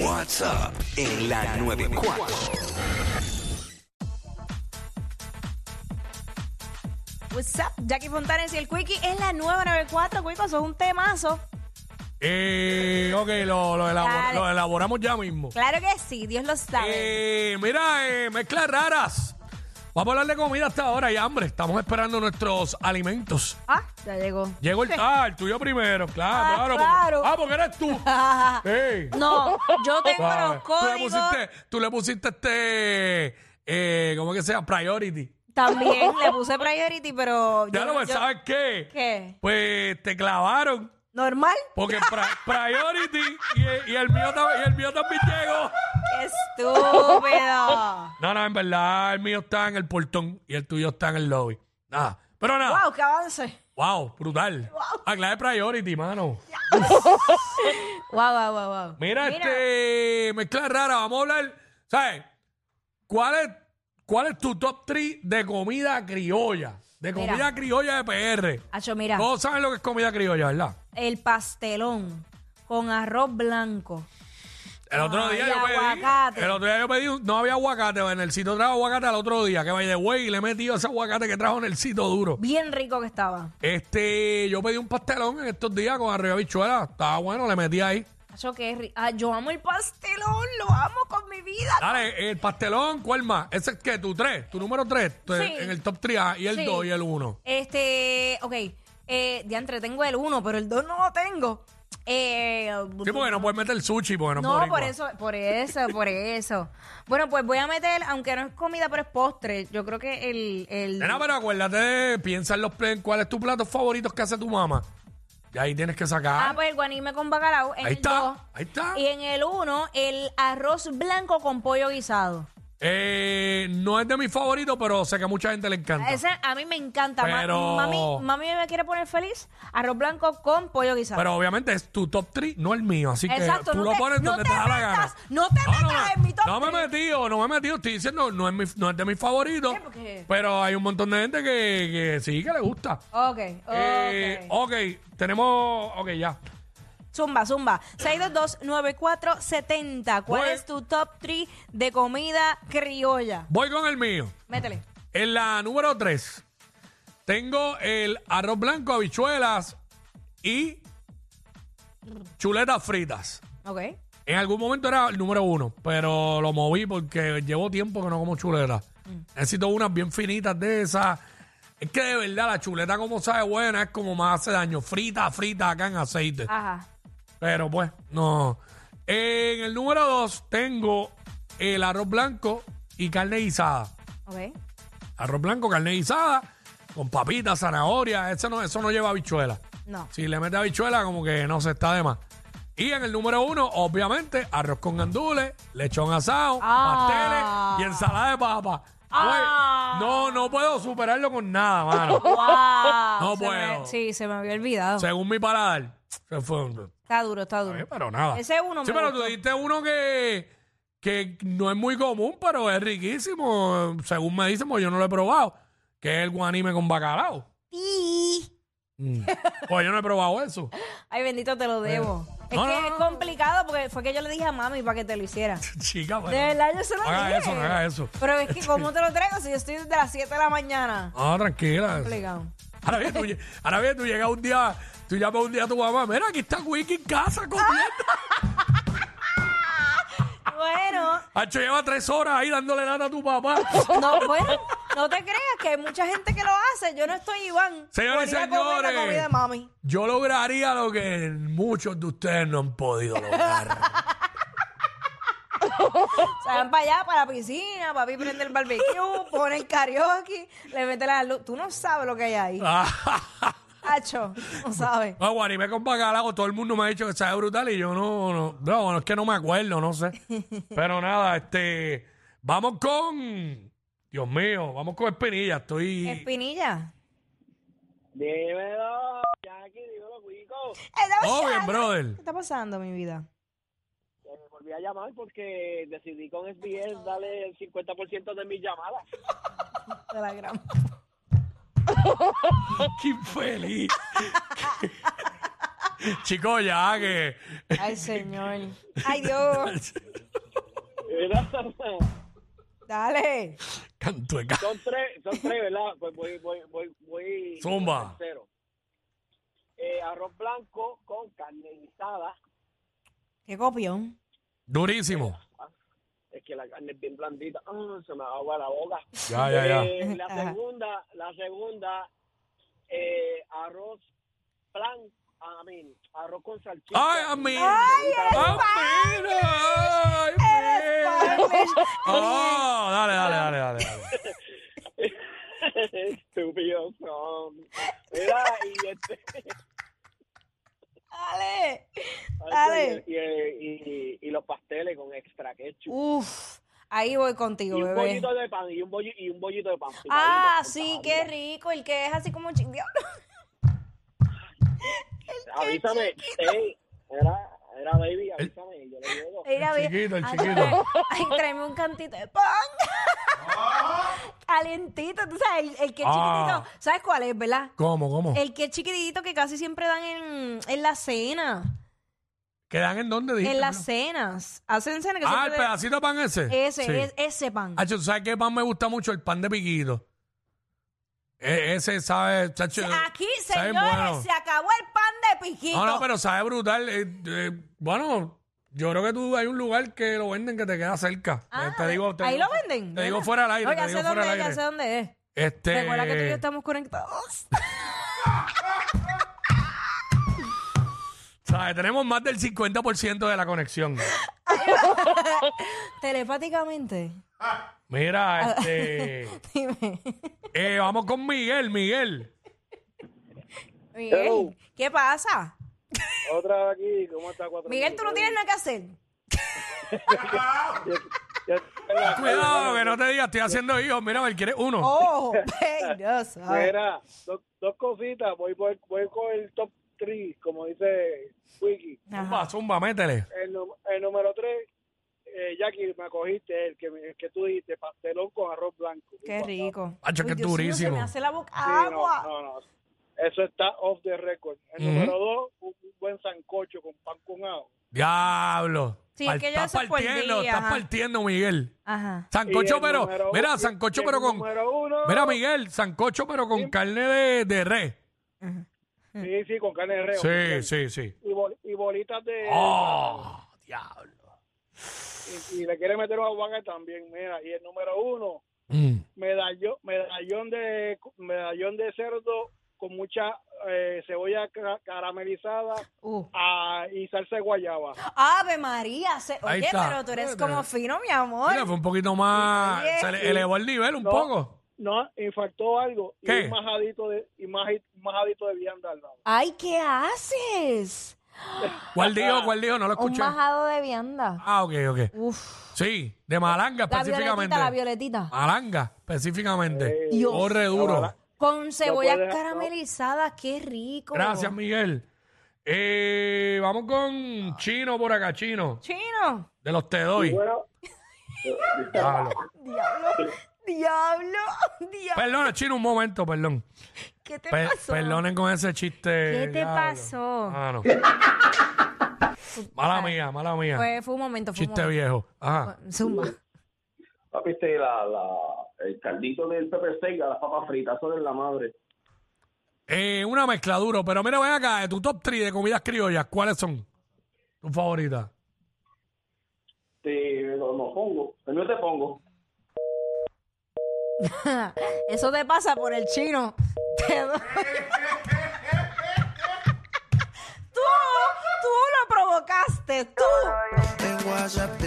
WhatsApp en la 94. What's up, Jackie Fontanes y el Quickie en la 994. Quico, eso es un temazo. Eh, ok, lo, lo, elabor- Dale. lo elaboramos ya mismo. Claro que sí, Dios lo sabe. Eh, mira, eh, mezclas raras. Vamos a hablar de comida hasta ahora y hambre. Estamos esperando nuestros alimentos. Ah, ya llegó. Llegó el, ah, el tuyo primero, claro, Ah, claro. claro. Porque, ah, porque eres tú. Ey. No, yo tengo Ah, los tú le códigos. pusiste, tú le pusiste este, eh, ¿cómo que sea? Priority. También le puse priority, pero. Ya yo- lo ves, yo- ¿sabes qué? ¿Qué? Pues te clavaron. ¿Normal? Porque pri- Priority y, y el mío, tam- y el mío también llegó. ¡Qué estúpido! No, no, en verdad, el mío está en el portón y el tuyo está en el lobby. Nada. Pero nada. ¡Wow, qué avance! Wow, brutal. Aclare Priority, mano. ¡Wow, wow, wow, wow! Mira, este mezcla rara, vamos a hablar. ¿Sabes? ¿Cuál es, cuál es tu top 3 de comida criolla? De comida Mira. Ah, criolla de PR. Acho, mira, Todos saben lo que es comida criolla, ¿verdad? el pastelón con arroz blanco. El otro Ah, y día yo pedí. aguacate. El otro día yo pedí. un- No había aguacate. En el sitio trajo aguacate al otro día. Que vaya de güey. Le he metido ese aguacate que trajo en el sitio duro. Bien rico que estaba. Este, yo pedí un pastelón en estos días con arriba bichuela. Estaba bueno, le metí ahí. Acho, qué ri- ah, yo amo el pastelón, lo amo con mi vida. Dale, el pastelón, ¿cuál más? Ese es que tu tres, tu número tres, tu- Sí. en el top 3 y el Sí. 2 y el 1. Este, ok, eh, diantre, tengo el 1, pero el 2 no lo tengo. Eh, Sí, porque no puedes meter sushi, porque no, es no, boricua. por eso, por eso, por eso. Bueno, pues voy a meter, aunque no es comida, pero es postre. Yo creo que el... el Nena, pero acuérdate, de- piensa en los pl- cuál es tu plato favorito que hace tu mamá. Y ahí tienes que ah, sacar. pues el guanime con bacalao. En ahí el está, dos. ahí está. Y en el 1, el arroz blanco con pollo guisado. Eh, no es de mis favoritos, pero sé que a mucha gente le encanta. Ese a mí me encanta. Ma- Pero- Mami, mami me quiere poner feliz. Arroz blanco con pollo guisado. Pero obviamente es tu top 3, no el mío. Así que Exacto, tú no lo te- pones no donde te te, da la metas, gana. Ah, no te metas en mi top No me three. he metido, no me he metido. Estoy diciendo, no es, mi- no es de mis favoritos. ¿Qué? Porque- Pero hay un montón de gente que, que sí, que le gusta. Ok, ok. Eh, ok, tenemos. Ok, ya. Zumba, zumba. 622-9470. ¿Cuál Voy. es tu top 3 de comida criolla? Voy con el mío. Métele. En la número 3, tengo el arroz blanco, habichuelas y chuletas fritas. Ok. En algún momento era el número uno, pero lo moví porque llevo tiempo que no como chuletas. Necesito unas bien finitas de esas. Es que de verdad la chuleta como sabe buena es como más hace daño. Frita, frita acá en aceite. Ajá. Pero pues, no. En el número dos tengo el arroz blanco y carne guisada. Ok. Arroz blanco, carne guisada, con papitas, zanahoria. Ese no, eso no lleva habichuela. No. Si le mete habichuela, como que no se está de más. Y en el número uno, obviamente, arroz con gandules, lechón asado, Ah. pasteles y ensalada de papa. Ah. Güey, No, no puedo superarlo con nada, mano. ¡Wow! No Se me- puedo. sí, se me había olvidado. Según mi paladar. se fue un- Está duro, está Está bien, duro. pero nada. Ese uno Sí, me pero gustó. tú diste uno que, que no es muy común, pero es riquísimo. Según me dicen, pues yo no lo he probado. Que es el guanime con bacalao. Sí. Mm. pues yo no he probado eso. Ay, bendito, te lo debo. Es No, que no, no, es no. complicado porque fue que yo le dije a mami para que te lo hiciera. Chica, De bueno. verdad, yo se lo No haga dije. eso, no haga eso. Pero es que, ¿cómo te lo traigo si yo estoy desde las 7 de la mañana? Ah, tranquila. Complicado. Ahora bien, tú, lle- ahora bien, tú llegas un día, tú llamas un día a tu mamá, mira, aquí está Wiki en casa comiendo. Bueno, Hacho lleva tres horas ahí dándole nada a tu papá. No, bueno, no te creas que hay mucha gente que lo hace. Yo no estoy Iván. Señores y Por ir a comer la señores. comida de mami. Yo lograría lo que muchos de ustedes no han podido lograr. Se van para allá, para la piscina, papi prende el barbecue, pone el karaoke, le mete la luz. Tú no sabes lo que hay ahí. Hacho, no sabes. No, guarime con bacalao, todo el mundo me ha dicho que sabe brutal y yo no, no, no, bueno, es que no me acuerdo, no sé. Pero nada, este, vamos con, Dios mío, vamos con Espinilla, estoy... Espinilla. Dímelo, Jackie, dímelo, Cuico. Está Todo oh, bien, pasando. brother. ¿Qué está pasando, mi vida? Eh, volví a llamar porque decidí con SBS darle el 50% de mis llamadas. De la gran. ¡Qué infeliz! Chico, ya que. Ay, señor. Ay, Dios. ¿Verdad? Dale. Cantueca. Son tres, son tres, ¿verdad? Pues voy, voy, voy, voy. Zumba. con tercero. Eh, arroz blanco con carne guisada. Qué copión. Durísimo. Es que la carne es bien blandita. Ah, se me agua la boca. Ya, ya, ya. Eh, la Ajá. segunda, la segunda, eh, arroz plan, a arroz con salchicha. ¡Ay, amén! ¡Ay, eres ¡Amén! ¡Ay, amén! Spanish. ¡Oh! Dale, dale, dale, dale. dale. Estúpidos son. Mira, y este. Dale. Dale. Y, y- y- y los pasteles con extra ketchup. Uf. Ahí voy contigo, y un bebé. bollito de pan, y un, bolli- y un bollito de pan. picadito, Ah, con sí, pan qué arriba. rico. El que es así como un chin- diablo. Avísame. Ey, era, era baby, avísame. Yo le llego. Mira, ve. chiquito, el Ay, chiquito. trae- Ay, tráeme un cantito de pan. Calientito, tú sabes, el, el que es Ah. chiquitito. ¿Sabes cuál es, verdad? ¿Cómo, cómo? El que es chiquitito que casi siempre dan en, en la cena. ¿Quedan en dónde dijiste? En las perdón? cenas. Hacen cena que Ah, el siempre le- pedacito de pan ese. Ese, Sí. es- ese pan. Hacho, ¿tú ¿sabes qué pan me gusta mucho? El pan de piquito. E- ese sabe, chacho. Aquí, sabe señores, bueno. se acabó el pan de piquito. No, no, pero sabe brutal. Eh, eh, bueno, yo creo que tú hay un lugar que lo venden que te queda cerca. Ah, Eh, te digo, te ahí digo- lo venden. Te ¿verdad? digo fuera del aire. No, te ya digo sé dónde fuera es, del ya sé aire. dónde es. Este, Recuerda que tú y yo estamos conectados. ¿sabes? Tenemos más del 50% de la conexión. Telepáticamente. Ah. Mira, este. Dime. eh, vamos con Miguel, Miguel. Miguel, Hello. ¿qué pasa? Otra aquí, ¿cómo está? Cuatro Miguel, tú no tienes nada que hacer. Cuidado, que no te digas, estoy haciendo hijos. Mira, ver, ¿quieres uno? Oh, ven, yo sabe. Mira, dos, dos cositas. Voy, voy, voy con el top 3, como dice Wiki. Ajá. Zumba, zumba, métele. El, nu- el número 3, eh, Jackie, me acogiste, el que, me- el que tú dijiste, pastelón con arroz blanco. Qué rico. Acho, Ay, que Dios mío, durísimo. Se me hace la boca Sí, agua. No, no, no. Eso está off the record. El Ujú. número 2, un, un buen sancocho con pan con ajo. Diablo. Sí, es que yo estás eso por partiendo, día, estás ajá. partiendo, Miguel. Ajá. Sancocho, el pero. número- y- Mira, y sancocho, el pero con. número uno. Mira, Miguel, sancocho, pero con carne de, de res. Sí, sí, con carne de reo. Mm. Sí, sí, sí. Y, bol- y bolitas de... Oh, diablo. Y, y le quiere meter un aguacate también, mira. Y el número 1, Mm. medallón, medallón, de, medallón de cerdo con mucha eh, cebolla ca- caramelizada Uh. ah, y salsa de guayaba. Ave María. se- Ahí Oye, está. pero tú eres Espérate. como fino, mi amor. Mira, pues, fue un poquito más. Oye. Se le elevó el nivel un No. poco. No, infartó algo. ¿Qué? Y un majadito de, y maji- majadito de vianda al lado. Ay, ¿qué haces? ¿Cuál dijo? ¿Cuál dijo? No lo Un escuché. majado de vianda. Ah, ok, ok. Uf. Sí, de malanga La específicamente. violetita, la violetita. Malanga, Eh, específicamente. Dios. Corre duro. malanga. Con No cebolla puedes- caramelizada, qué rico. Gracias, Miguel. Eh, vamos con Chino por acá, Chino. Chino. De los te doy. Bueno, Diablo. Diablo. Diablo. Diablo. Perdona, Chino, un momento, perdón. ¿Qué te Pe- pasó? perdonen con ese chiste. ¿Qué te diablo. pasó? Ah, no. mala mía, mala mía. Fue, fue un momento, fue chiste un momento. viejo. Ajá. Zumba. Papi, este, la, la, el caldito del pepper steak a las papas fritas, eso es la madre. Eh, una mezcla duro, pero mira, ven acá, de tu top 3 de comidas criollas, ¿cuáles son tus favoritas? Te, no, no pongo, el mío te pongo. Eso te pasa por el chino. Te doy. tú, tú lo provocaste, tú. en WhatsApp